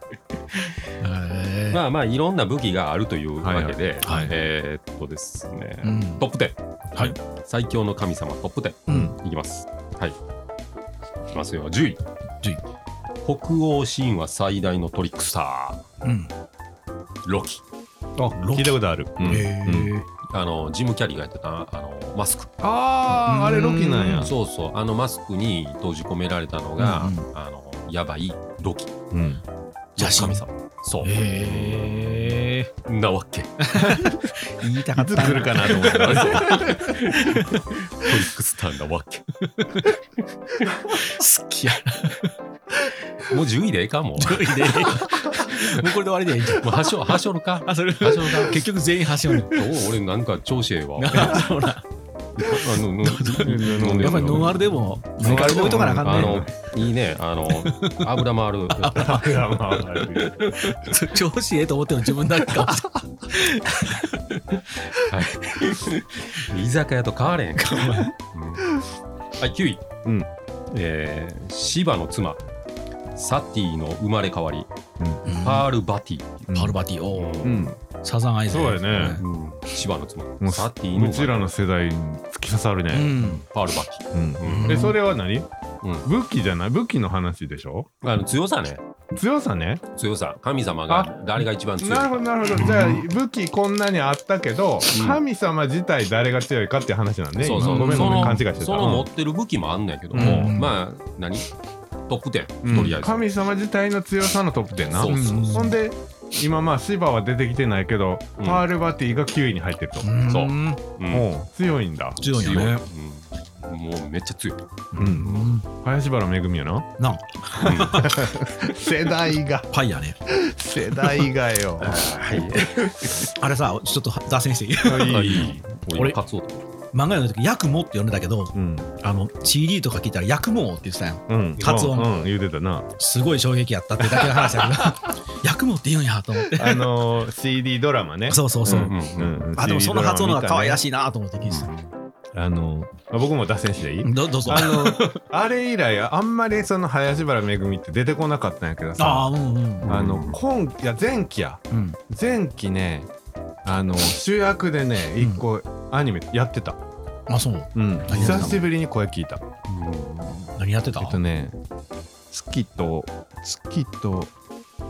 Speaker 1: え
Speaker 2: まあまあいろんな武器があるというわけで、
Speaker 1: はいはい
Speaker 2: えーっとですね、
Speaker 1: うん
Speaker 2: トップ10、
Speaker 1: はい
Speaker 2: 最強の神様トップ10
Speaker 1: うん
Speaker 2: いきますはいいきますよ10位
Speaker 1: 10
Speaker 2: 北欧神話最大のトリックスタ
Speaker 1: うん。
Speaker 2: ー、ロキ。
Speaker 4: あ
Speaker 1: ロキ
Speaker 4: 聞いたことある。
Speaker 2: うん
Speaker 1: へー
Speaker 2: あの、ジム・キャリーがやってた、あの、マスク。
Speaker 4: あ
Speaker 1: うん
Speaker 4: あ、あれロキなんや。
Speaker 2: そうそう、あのマスクに閉じ込められたのが、
Speaker 1: うん
Speaker 2: あの、やばい、ロキ。
Speaker 4: うん。
Speaker 1: <laughs> 写真
Speaker 2: 神様。そう。
Speaker 1: へえ。
Speaker 2: なわけ。ト
Speaker 1: 言いたかっ
Speaker 4: いつ
Speaker 1: たな。
Speaker 4: 来るかなと思った。
Speaker 2: リックスター
Speaker 1: <laughs>
Speaker 2: なわけ。
Speaker 1: 好きや
Speaker 2: もう10位でええかもう。
Speaker 1: な。いで。
Speaker 2: もうこれで終わりでええんじゃん。もうはしょ、はしょるか。
Speaker 1: あ、それ、
Speaker 2: はしょるか。
Speaker 1: 結局全員走る。
Speaker 2: どう俺なんか調子ええわ。
Speaker 1: そう <laughs> な
Speaker 2: あ <laughs> のの飲んで
Speaker 1: や
Speaker 2: る
Speaker 1: っぱりノンアルでも、ノンアルで置いとかなあか
Speaker 2: あ
Speaker 1: んね。
Speaker 2: の、いいね。あの、油
Speaker 1: <laughs>
Speaker 2: 回る。
Speaker 4: あいやまあある
Speaker 1: 調子ええと思ってるの自分だけ <laughs> かもしれん
Speaker 2: 居酒屋と変われへ
Speaker 1: <laughs>
Speaker 2: んか。うんはい、9位。
Speaker 4: うん
Speaker 2: えーシバの妻、サティの生まれ変わり、パ
Speaker 1: パ
Speaker 2: ール・バティ。
Speaker 1: ーパルバティ、おお。
Speaker 4: うん。
Speaker 1: サザンアイズ。
Speaker 4: そうやね
Speaker 2: うんシバの妻
Speaker 4: も、う
Speaker 2: サティの
Speaker 4: うちらの世代に突き刺さる
Speaker 1: う
Speaker 4: ね。
Speaker 1: ん。
Speaker 2: パール・バテ
Speaker 4: うん
Speaker 2: ィ。
Speaker 4: え、それは何
Speaker 2: うんうん
Speaker 4: 武器じゃない武器の話でしょ
Speaker 2: あの強さね。
Speaker 4: 強さね。
Speaker 2: 強さ。神様が
Speaker 4: あ
Speaker 2: 誰が一番強い
Speaker 4: なるほど、
Speaker 2: か。
Speaker 4: なるほど。じゃあ、武器こんなにあったけど、神様自体誰が強いかっていう話なんで、
Speaker 2: そうそう。
Speaker 4: 今ごめんごめん、勘違い
Speaker 2: そ
Speaker 4: して
Speaker 2: の
Speaker 4: た。
Speaker 2: その持ってる武器もあんねんけど
Speaker 4: う
Speaker 2: も、
Speaker 1: ん
Speaker 2: まあ、何トップ
Speaker 4: う
Speaker 2: 10、
Speaker 4: ん
Speaker 2: とりあえず。
Speaker 4: 神様自体の強さのトップ10な。
Speaker 2: そうそうう。
Speaker 4: ほんで、今まあ、芝は出てきてないけど、
Speaker 2: うん
Speaker 4: パールバティが9位に入ってると。
Speaker 2: そう
Speaker 1: うん
Speaker 2: うん
Speaker 4: もう強いんだ。
Speaker 1: 強いよね。
Speaker 2: 強いうんもうめっちゃ強い。
Speaker 4: うん。
Speaker 1: うん
Speaker 4: 林原めぐみやな。
Speaker 1: なん
Speaker 2: <laughs>
Speaker 6: 世代が
Speaker 1: パイやね。
Speaker 6: 世代がよ
Speaker 2: は
Speaker 1: あれさ、ちょっと脱線していい <laughs>
Speaker 2: い。いい。俺、カツオと。
Speaker 1: 漫画読んだ時、ヤクモって読んでたけど、
Speaker 4: うん。
Speaker 1: あの、CD とか聞いたら、ヤクモって言ってたやん。
Speaker 4: うん。
Speaker 1: 発音
Speaker 4: うん、うん言うてたな。
Speaker 1: すごい衝撃やったってだけの話やけど、 <laughs> ヤクモって言うんやと思って。
Speaker 4: あのー、CD ドラマ
Speaker 1: <laughs>
Speaker 4: ね。
Speaker 1: そうそうそう。
Speaker 2: うんうん
Speaker 4: ん
Speaker 1: あ、でもその発音の方が可愛ら
Speaker 4: しい。
Speaker 1: しいなと思って聞いてた。
Speaker 4: あのー、あ僕も脱線していい
Speaker 1: どどうぞ。
Speaker 4: あ
Speaker 1: あ
Speaker 4: の、あれ以来、あんまりその林原めぐみって出てこなかったんやけどさ、
Speaker 1: あー、うんうん。
Speaker 4: あの、今期、いや、前期や。
Speaker 1: うん、
Speaker 4: 前期ね、あの、主役でね、一個アニメやってた。
Speaker 1: あ、そう。
Speaker 4: うん。
Speaker 1: 何やってたの
Speaker 4: 久しぶりに声聞いた。
Speaker 1: 何やってた
Speaker 4: えっとね、月と、月と、 <laughs>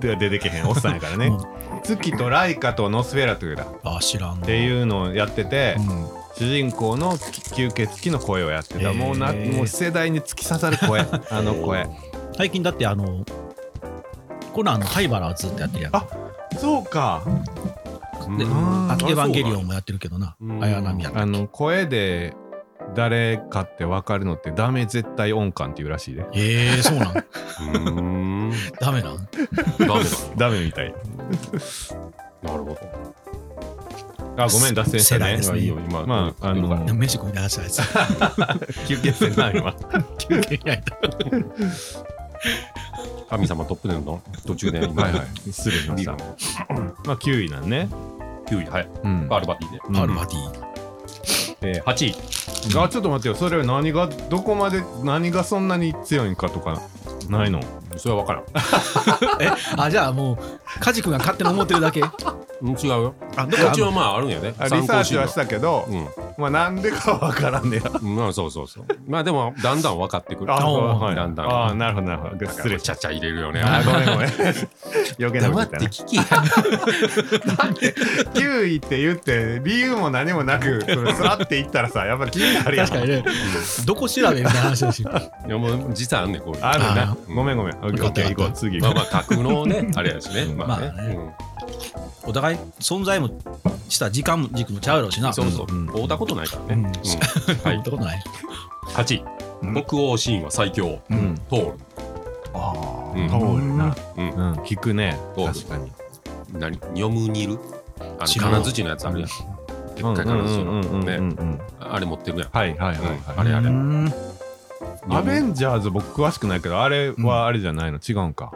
Speaker 4: では出てけへん、おっさんやからね
Speaker 1: う。
Speaker 4: 月とライカとノスフェラトゥだっ
Speaker 1: あ、知らんな。
Speaker 4: ていうのをやってて
Speaker 1: う、ん。
Speaker 4: 主人公の吸血鬼の声をやって
Speaker 1: へ
Speaker 4: た。
Speaker 1: ー
Speaker 4: もうな、もう世代に突き刺さる
Speaker 1: <laughs>
Speaker 4: 声、あの声。
Speaker 1: 最近だって、あの、コナンの灰原はずっとやってるやん。
Speaker 4: あそうか。
Speaker 2: うん
Speaker 1: で
Speaker 4: うん
Speaker 1: あと、エヴァンゲリオ
Speaker 2: ン。
Speaker 1: ンもやってるけどな
Speaker 2: う。ん
Speaker 1: 綾波やった
Speaker 4: あの、声で誰かって分かるのってダメ絶対音感っていうらしいで。
Speaker 1: ええ、そうなん。 <laughs>
Speaker 2: うーん。
Speaker 1: ダメなん。
Speaker 2: ダメだ。
Speaker 4: ダメみたい。
Speaker 2: なるほど。
Speaker 4: あ、ごめん、脱線した
Speaker 1: 世代
Speaker 4: ね
Speaker 1: で。すね
Speaker 2: いいよ、今。
Speaker 4: まああの
Speaker 1: でも飯食いながらしたやつ。
Speaker 2: <laughs>
Speaker 4: 吸血鬼ないわ。
Speaker 1: <laughs> 休憩やった。
Speaker 2: 神様トップでの途中で、今
Speaker 4: はいはい。失礼しま
Speaker 2: リ
Speaker 4: し
Speaker 2: ーダ。
Speaker 4: たまあ9位なんね。
Speaker 2: 9位、はい。
Speaker 4: うん
Speaker 2: パールバティで。
Speaker 1: パールバティ。
Speaker 2: えー8位。
Speaker 4: あちょっと待ってよそれは何がどこまで何がそんなに強いんかとかないの
Speaker 2: それは分からん
Speaker 1: え、あ、じゃあもう、カジ君が勝手に思ってるだけ。
Speaker 2: うん。違うよ。
Speaker 1: あ、どっか
Speaker 2: 一応まああるんやね。。
Speaker 4: あリサーチはしたたけど、
Speaker 2: うん。
Speaker 4: まあなんでかわから <laughs> んねや
Speaker 2: うんまあそうそうそう。まあでも、だんだん分かってくる。
Speaker 1: あ
Speaker 4: はい
Speaker 2: だんだん
Speaker 4: あーなるほどなるほど失礼し
Speaker 2: ちゃちゃ入れるよね。
Speaker 4: たあーごめんごめん <laughs> 余計なこと
Speaker 2: <laughs> 黙っ
Speaker 4: 言ってたな
Speaker 1: <laughs>
Speaker 2: 聞きや。
Speaker 4: 9位って言って理由も何もなくそれさらっていったらさやっぱり気になるやん
Speaker 1: 確かにね、どこ調べみたいな話だし。
Speaker 2: いやもう実はあんねんこういうの
Speaker 4: ある
Speaker 1: あ
Speaker 4: な
Speaker 2: ー
Speaker 4: ごめんごめんオッケーオッケー
Speaker 1: よか
Speaker 4: 行こ
Speaker 1: った
Speaker 4: う次
Speaker 2: まあ
Speaker 4: 行こ
Speaker 2: まあ架空の
Speaker 4: <laughs>
Speaker 2: ねあれやしねまあね,、
Speaker 1: まあねお互い存在もした時間軸もちゃうやろうし
Speaker 2: う
Speaker 1: な。
Speaker 2: ん、そうそう、
Speaker 4: うん
Speaker 2: 会うたことないから
Speaker 1: う
Speaker 2: ね、
Speaker 1: ん。
Speaker 2: うんは
Speaker 1: 行っ
Speaker 2: い
Speaker 1: たことない。
Speaker 2: 8位、北欧神話最強
Speaker 4: ううん
Speaker 2: トール
Speaker 6: あ
Speaker 2: うん
Speaker 4: タオルな
Speaker 2: うん
Speaker 4: うん聞くね
Speaker 2: そう
Speaker 4: 確かに
Speaker 2: 何読むにるあ
Speaker 1: 知
Speaker 2: の
Speaker 1: らん
Speaker 2: 金槌のやつあるやん、でっかい金槌のね
Speaker 4: ね
Speaker 2: あれ持ってるやん
Speaker 4: はいはいはいはい
Speaker 2: あれあれ
Speaker 1: うん
Speaker 4: アベ
Speaker 2: ン
Speaker 4: ンジャーズ僕詳しくないけどあれはあれじゃないの、違うんか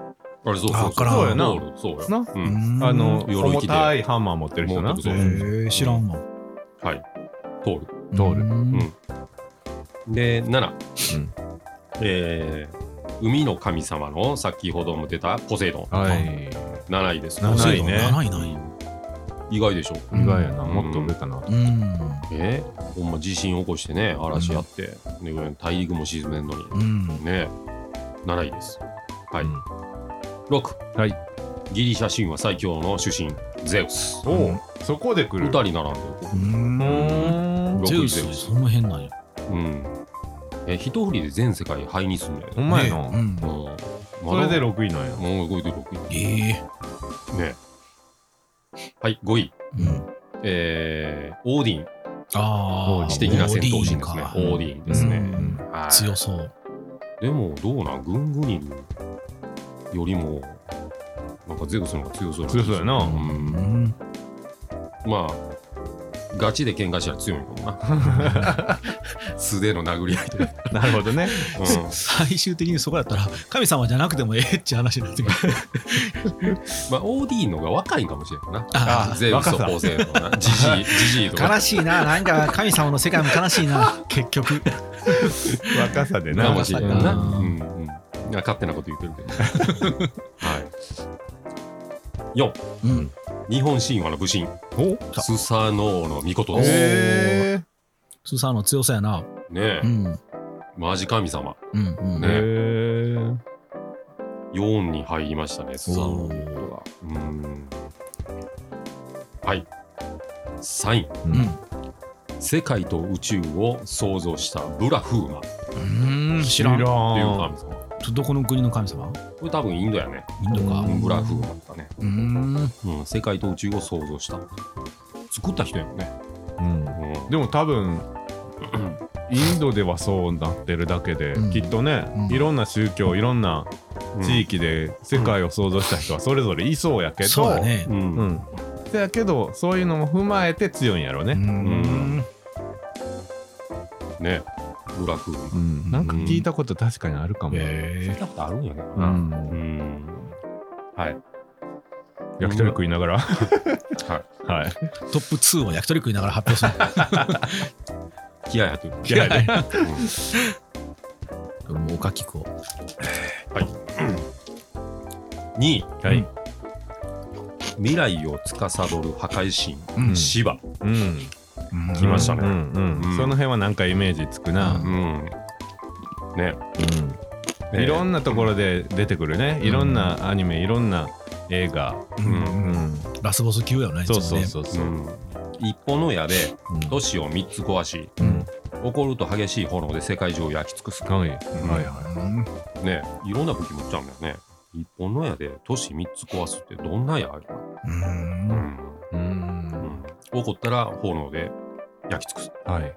Speaker 2: あれそう
Speaker 1: あ
Speaker 2: そう
Speaker 1: わからん
Speaker 2: そう
Speaker 4: な
Speaker 2: トールそうや
Speaker 4: な
Speaker 2: う
Speaker 1: うんん
Speaker 4: あの
Speaker 2: 鎧
Speaker 4: 重
Speaker 2: 着て
Speaker 4: たいハンマー持ってる人な
Speaker 2: 持ってる
Speaker 1: へー知らんわ。
Speaker 2: はいトール
Speaker 4: ドール
Speaker 1: うん
Speaker 2: で7、
Speaker 4: ん
Speaker 2: えー海の神様の先ほども出たポセイドン
Speaker 4: はい
Speaker 2: 7位です
Speaker 4: 7
Speaker 2: ポセイ
Speaker 4: 位ね
Speaker 1: ないない。
Speaker 2: ドン意外でしょ
Speaker 4: 意外やな
Speaker 2: うん
Speaker 4: もっと上かな
Speaker 1: うん。
Speaker 2: えほんま地震起こしてね嵐やって、で大陸も沈めんのに、
Speaker 1: うん。
Speaker 2: ね7位です。はい。
Speaker 7: うん
Speaker 2: 6。
Speaker 7: はい。
Speaker 2: ギリシャ神話最強の主神、ゼウス。
Speaker 4: おお、そこで来
Speaker 2: 二
Speaker 4: る。
Speaker 2: 人並んでる。
Speaker 7: うん
Speaker 4: うん。
Speaker 1: ゼ
Speaker 2: 6
Speaker 1: ウ
Speaker 2: 位ゼウ
Speaker 1: ス、
Speaker 2: ス。
Speaker 1: その辺なんや。
Speaker 2: うん。え、一振りで全世界灰にすんだよ
Speaker 4: ほ
Speaker 2: ね。
Speaker 4: んまや
Speaker 1: う
Speaker 4: な。
Speaker 1: ん
Speaker 2: う。ん。
Speaker 4: それで
Speaker 2: 6
Speaker 4: 6位なんや。
Speaker 2: <laughs> 位。もう5位で6
Speaker 1: ええ。
Speaker 2: 位。ねはい、5位。
Speaker 1: うん。
Speaker 2: えー、オーディン。
Speaker 1: ああ、
Speaker 2: 知的な戦闘神です
Speaker 1: オーディ
Speaker 2: ね。
Speaker 1: ンか
Speaker 2: オーディンですね。
Speaker 1: うん
Speaker 2: はい
Speaker 1: 強そう。
Speaker 2: でもどうなんグングリンよりもなんかゼウスの方が強そうな気がする
Speaker 4: 強そうやな
Speaker 2: うん
Speaker 1: ん。
Speaker 2: まあガチで喧嘩したら強いのかも
Speaker 1: <laughs>
Speaker 2: な素手の殴り合いとか、
Speaker 7: なるほど
Speaker 4: <laughs>
Speaker 7: ね。
Speaker 2: うん
Speaker 1: 最終的にそこだったら、神様じゃなくてもええって話になって
Speaker 2: <laughs>
Speaker 1: くる。
Speaker 2: まあオーディーンの方が若いんかもしれんな
Speaker 1: あ
Speaker 2: あゼウスとポセイドなジジイジジイとか
Speaker 1: 悲しいな、なんか神様の世界も悲しいな、 <laughs> 結局。
Speaker 7: 若さで
Speaker 2: か
Speaker 7: な
Speaker 2: も。しれんな、
Speaker 1: う
Speaker 2: うん
Speaker 1: ん
Speaker 2: うん、いや勝手なこと言ってるけどはい4
Speaker 1: うん。
Speaker 2: 日本神話の武神
Speaker 7: お
Speaker 2: スサノオの御事です
Speaker 4: へ
Speaker 1: スーサーの強さやな。
Speaker 2: ねえ、
Speaker 1: うん。うん
Speaker 2: マジ神様
Speaker 1: うん。
Speaker 2: ね
Speaker 4: え。
Speaker 2: 4に入りましたね、スサノオは。うーん。はい。3位、
Speaker 1: うん。
Speaker 2: 世界と宇宙を創造したブラフーマっていう
Speaker 1: うん。知
Speaker 4: 知
Speaker 1: ら
Speaker 4: ら
Speaker 1: ん。
Speaker 4: ん。
Speaker 2: 神様。
Speaker 1: どこの国の神様
Speaker 2: これ多分インドやね。
Speaker 1: インドか。
Speaker 2: ブラフーマだったね。
Speaker 1: うん。
Speaker 2: うん、世界と宇宙を創造した。作った人やもんね。
Speaker 7: うん
Speaker 2: う。
Speaker 4: でも多分、インドではそうなってるだけで、
Speaker 1: うん
Speaker 4: きっとね、
Speaker 1: うん
Speaker 4: いろんな宗教、いろんなん地域で世界を創造した人はそれぞれいそうやけど、
Speaker 1: そうやね
Speaker 2: う。ん。
Speaker 4: う
Speaker 2: うん。
Speaker 4: ん。せやけど、そういうのも踏まえて強いんやろ
Speaker 1: う
Speaker 4: ね。
Speaker 1: ん。
Speaker 2: ね。ブラフーマ。
Speaker 4: うんなんか聞いたこと確かにあるかも。
Speaker 2: 聞い
Speaker 1: え
Speaker 2: たことあるんやけど
Speaker 4: う。
Speaker 2: な。うんん。はい。
Speaker 4: 焼き鳥食いながら。 <laughs>
Speaker 2: は
Speaker 4: はい。
Speaker 1: ートップ2を焼き鳥食いながら発表する。
Speaker 2: い。気合入ってる。
Speaker 4: 気合入ってる
Speaker 2: <laughs> うん
Speaker 1: 俺もおかきこう。
Speaker 2: 2位、
Speaker 4: はい
Speaker 2: 未来を司る破壊
Speaker 1: う
Speaker 2: 神
Speaker 1: ん
Speaker 2: シバ、
Speaker 4: うん。
Speaker 2: 来ました
Speaker 4: う
Speaker 2: ね
Speaker 4: んうん
Speaker 2: うん
Speaker 4: その辺はなんかイメージつくな。
Speaker 2: うんね
Speaker 4: うんいろ
Speaker 2: ん
Speaker 4: んなところで出てくるね。いろんなアニメ、いろんな映画。
Speaker 2: うん
Speaker 4: うん
Speaker 1: ラスボス級やよね。いつ
Speaker 4: そ
Speaker 1: も
Speaker 4: うそ
Speaker 1: ね
Speaker 4: うそう
Speaker 2: う
Speaker 4: そう。
Speaker 2: ん一歩の矢で
Speaker 4: うん
Speaker 2: 都市を3つ壊し
Speaker 4: うん
Speaker 2: 起こると激しい炎で世界中を焼き尽くす
Speaker 4: はい
Speaker 2: ん
Speaker 4: はいは
Speaker 1: うん
Speaker 2: ねいろんな武器持っちゃうんだよね一本の矢で都市3つ壊すってどんな矢あるか、
Speaker 1: うん
Speaker 2: うんう
Speaker 4: い。う
Speaker 2: んん、怒ったら炎で焼き尽くす
Speaker 4: はい。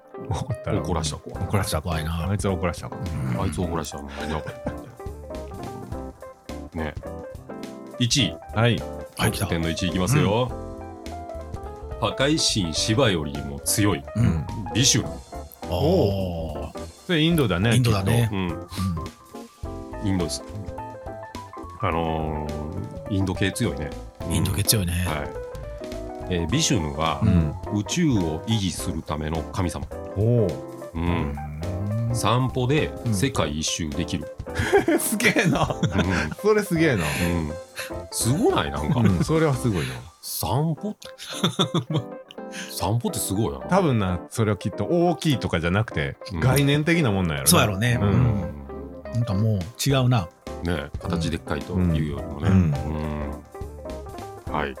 Speaker 2: 怒らした子
Speaker 4: 怒らした
Speaker 1: 怖いな
Speaker 4: あいつは怒らしたか。
Speaker 2: あいつ怒らしたのなんだこれね1位
Speaker 4: はい。
Speaker 1: はい、来た。
Speaker 2: 点の1いきますよ、破壊神シバよりも強い
Speaker 1: うん。
Speaker 2: ビシュラ
Speaker 1: おー
Speaker 4: それインドだね。
Speaker 1: インドだね。
Speaker 2: うんインドですあのーインド系強いね、
Speaker 1: インド系
Speaker 2: 系
Speaker 1: 強いね。
Speaker 2: はい、えービシュヌは
Speaker 4: きっと。うん。
Speaker 2: 宇宙を維持するための神様、
Speaker 4: お
Speaker 2: う、
Speaker 1: うんん
Speaker 2: 散歩で
Speaker 1: うん
Speaker 2: 世界一周できる、
Speaker 4: お。すげえな。
Speaker 2: う
Speaker 4: それすげえな。
Speaker 2: んうん、すごないなんか、
Speaker 4: うん。それはすごいな。
Speaker 2: 散歩散歩ってすごいな
Speaker 4: 多分な、それはきっと大きいとかじゃなくて
Speaker 2: うん
Speaker 4: 概念的なもんなんやろな。
Speaker 1: そうやろうね。
Speaker 4: うん
Speaker 1: なんかもう違うな。
Speaker 2: ね形でっかいというよりもね、
Speaker 4: うん
Speaker 2: うんはい、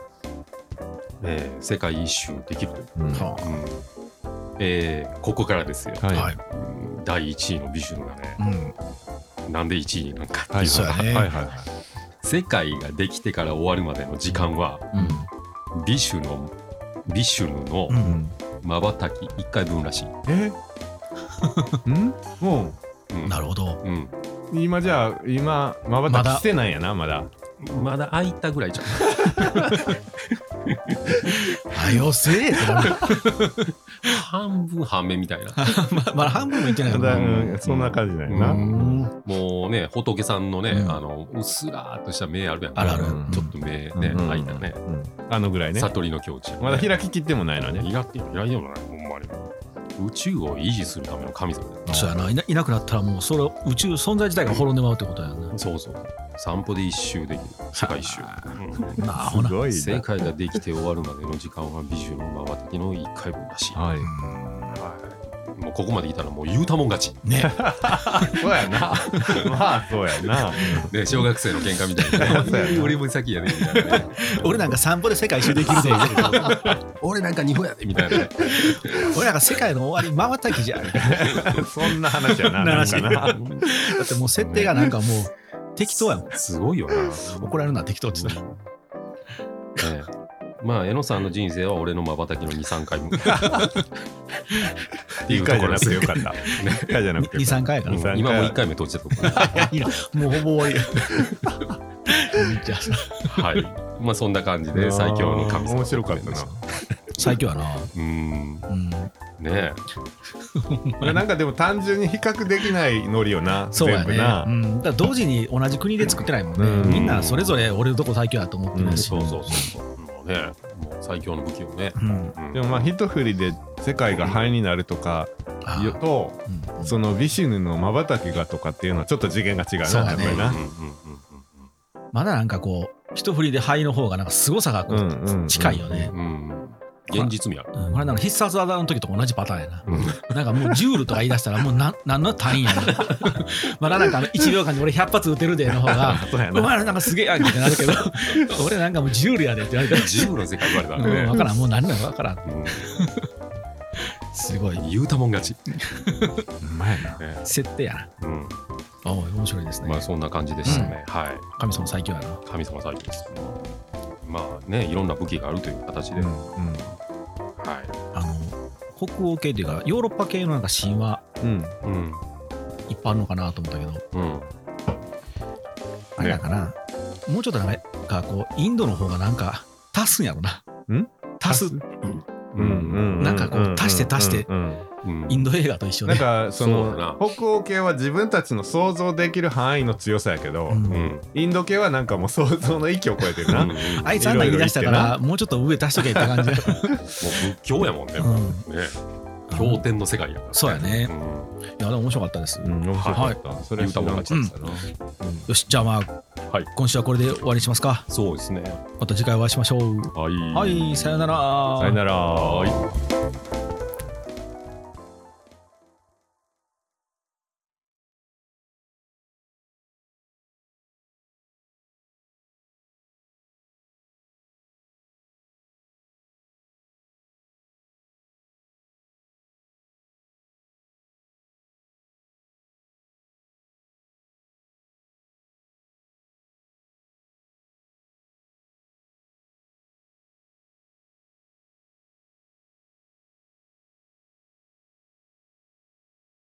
Speaker 2: えー世界一周できるという、
Speaker 4: うん
Speaker 1: は
Speaker 2: うんえーここからですよ、
Speaker 1: あ
Speaker 4: は。
Speaker 1: はいい。
Speaker 2: うん第1位のビジュンがね
Speaker 1: うん。
Speaker 2: なんで1位になんかっていうのが
Speaker 4: はい
Speaker 1: そうや
Speaker 4: はいはい
Speaker 1: ね。
Speaker 4: はい。
Speaker 2: 世界ができてから終わるまでの時間は
Speaker 1: うん
Speaker 2: ビシュのビシュヌの
Speaker 1: う
Speaker 4: うん
Speaker 1: ん。
Speaker 2: まばたき1回分らしい、
Speaker 4: え
Speaker 1: <laughs>
Speaker 4: んも
Speaker 2: うん
Speaker 1: なるほど。
Speaker 2: うん
Speaker 4: う今じゃあ今まばた
Speaker 1: ま
Speaker 4: き
Speaker 1: だ
Speaker 4: してないんやなまだ
Speaker 2: まだ空いたぐらいじゃ
Speaker 4: <laughs>
Speaker 2: ん
Speaker 1: あよせえってなる
Speaker 2: 半分半目みたいな
Speaker 1: ま <laughs> まだ半分もいってない
Speaker 4: ま
Speaker 1: か
Speaker 4: だ
Speaker 1: ら
Speaker 4: う
Speaker 1: な。
Speaker 4: んそんな感じなんや
Speaker 1: う
Speaker 4: な、
Speaker 1: ん
Speaker 2: もうね、仏さんのね、
Speaker 1: うん
Speaker 2: あの、うっすらーっとした目あるやん。
Speaker 1: あるある
Speaker 2: ちょっと目ね、
Speaker 4: うんうん
Speaker 2: 開いたね。
Speaker 4: うんあのぐらいね
Speaker 2: 悟りの境地、
Speaker 4: まだ開ききってもないの
Speaker 2: ね。
Speaker 4: ね
Speaker 2: 開って開いてもない、ほんまに。宇宙を維持するための神様だよ
Speaker 1: そうやな。いないなくなったらもうそれ宇宙存在自体が滅んでまうってことやんな。
Speaker 2: そうそう。散歩で一周できる。世界一周。うん
Speaker 1: なあ
Speaker 4: す
Speaker 1: ほな。
Speaker 4: ごい
Speaker 2: 世界ができて終わるまでの時間は美女の瞬きの1回分らしい。
Speaker 4: なはい
Speaker 2: はいもうここまで来たらもう言うたもん勝ち。
Speaker 1: ね。
Speaker 4: そうや
Speaker 1: <laughs>
Speaker 4: な。まあ、そうやな。
Speaker 2: ね、小学生の喧嘩みたい
Speaker 4: <laughs> そうや
Speaker 2: な、 <laughs> ね。
Speaker 4: な
Speaker 2: 俺も先やねみたいなね。
Speaker 4: <laughs>
Speaker 1: 俺なんか散歩で世界一周できるぜ。
Speaker 2: <laughs> 俺なんか日本やでみたいなね。
Speaker 1: 俺なんか世界の終わり回ったきじゃん。だ
Speaker 4: <laughs> そんな話やな。なん
Speaker 1: 話
Speaker 4: か <laughs> な。
Speaker 1: ってもう設定がなんかもう適当やもん。
Speaker 2: すごいよな。
Speaker 1: 怒られるのは適当って言ったら。
Speaker 2: ええまあ、江野さんの人生は俺のまばたきの2、3回も。って
Speaker 4: い
Speaker 2: い
Speaker 4: いうか
Speaker 2: とこ
Speaker 4: じゃ
Speaker 2: ろ
Speaker 4: な
Speaker 2: で
Speaker 4: く
Speaker 2: す
Speaker 4: て
Speaker 2: よ
Speaker 4: よ。かった。いいかじゃなくて
Speaker 1: 2、
Speaker 4: よかっ
Speaker 1: 3回やから
Speaker 4: 二。三
Speaker 2: 今もう1回目閉じてるところで
Speaker 1: いや、いいな。もうほぼ終わりや。じゃあ
Speaker 2: はい。まあ、そんな感じで
Speaker 4: た。
Speaker 2: 最強の神様。
Speaker 4: 面白かったな。
Speaker 1: 最強やな。
Speaker 2: うん。ね
Speaker 1: うん。
Speaker 2: え。
Speaker 4: これなんかでも単純に比較できないノリよな。
Speaker 1: そうや
Speaker 4: 全部
Speaker 1: ね。
Speaker 4: な
Speaker 1: う。ん、だから同時に同じ国で作ってないもんね。
Speaker 4: うん
Speaker 1: みんなそれぞれ俺のとこ最強やと思ってるし。
Speaker 2: そうそうそうそう。もうね、もう最強の武器をね。
Speaker 1: うん。
Speaker 2: うん
Speaker 4: でもまあ一振りで世界が灰になるとか
Speaker 1: あー
Speaker 4: よと
Speaker 1: うん
Speaker 4: そのビシュヌのまばたきがとかっていうのはちょっと次元が違うな
Speaker 1: そう
Speaker 4: や
Speaker 1: だ
Speaker 4: っ
Speaker 1: ね
Speaker 4: ぱりな
Speaker 2: うんうんうん
Speaker 1: まだなんかこう、一振りで灰の方がなんか凄さがこ
Speaker 4: うん
Speaker 1: う
Speaker 4: うんうん
Speaker 1: 近いよね。
Speaker 2: うんうん現実味ある。
Speaker 1: うん、これなんか必殺技の時と同じパターンやな。
Speaker 2: うん
Speaker 1: なんかもうジュールとか言い出したらもう <laughs> 何何の単位やねんまだなんかあの1秒間に俺100発撃てるでの方が、
Speaker 4: そうや
Speaker 1: お
Speaker 4: な
Speaker 1: 前らなんかすげえやんけってなる <laughs> けど、俺なんかもうジュールやでって言われたら、
Speaker 2: 自由の世界言われた
Speaker 1: うん、
Speaker 2: ら
Speaker 1: 分
Speaker 2: ね。
Speaker 1: からん、 <laughs> もう何なのか分からん。
Speaker 2: うん
Speaker 1: すごい、
Speaker 2: 言うたもん勝ち。
Speaker 4: うまやな
Speaker 2: ね
Speaker 1: 設定やな。
Speaker 2: うん
Speaker 1: おう面白いですね。
Speaker 2: まあそんな感じでしたね。はい。
Speaker 1: 神様最強やな。
Speaker 2: 神様最強です。まあね、いろんな武器があるという形で。
Speaker 4: う
Speaker 2: は
Speaker 4: んうん
Speaker 2: い。
Speaker 1: あの北欧系というかヨーロッパ系のなんか神話
Speaker 4: うん
Speaker 2: うん。
Speaker 1: いっぱいあるのかなと思ったけど
Speaker 2: うん。
Speaker 1: あれなんかな、もうちょっとなんかこうインドの方がなんか足すんやろな。
Speaker 4: ん
Speaker 1: 足す
Speaker 4: うんうんうん
Speaker 1: なんかこう足して足して
Speaker 4: うんうんうん
Speaker 2: うん
Speaker 1: インド映画と一緒
Speaker 4: な
Speaker 1: で
Speaker 4: ん。かそ
Speaker 2: そうだ
Speaker 4: の
Speaker 2: な
Speaker 4: 北欧系は自分たちの想像できる範囲の強さやけど
Speaker 1: うん
Speaker 2: うん。
Speaker 4: インド系はなんかもう想像の域を超えてる
Speaker 2: う
Speaker 4: なん
Speaker 2: うんもう
Speaker 1: あいつあんなん言い出したか
Speaker 4: いろい
Speaker 1: らもうちょっと上足しとけって感じ <laughs> で。
Speaker 2: 仏教やもんね。も
Speaker 1: うん
Speaker 2: うね。経典の世界やから。
Speaker 1: そうやね。
Speaker 2: うん
Speaker 1: いやでも面白かったです。
Speaker 4: うん面白かったそれは知らなかったな
Speaker 1: よしじゃあまあ、
Speaker 2: はい
Speaker 1: 今週はこれで終わりにしますか。
Speaker 2: そうですね。
Speaker 1: また次回お会いしましょう。
Speaker 2: はい。
Speaker 1: はいさよなら。
Speaker 4: さよなら
Speaker 2: はい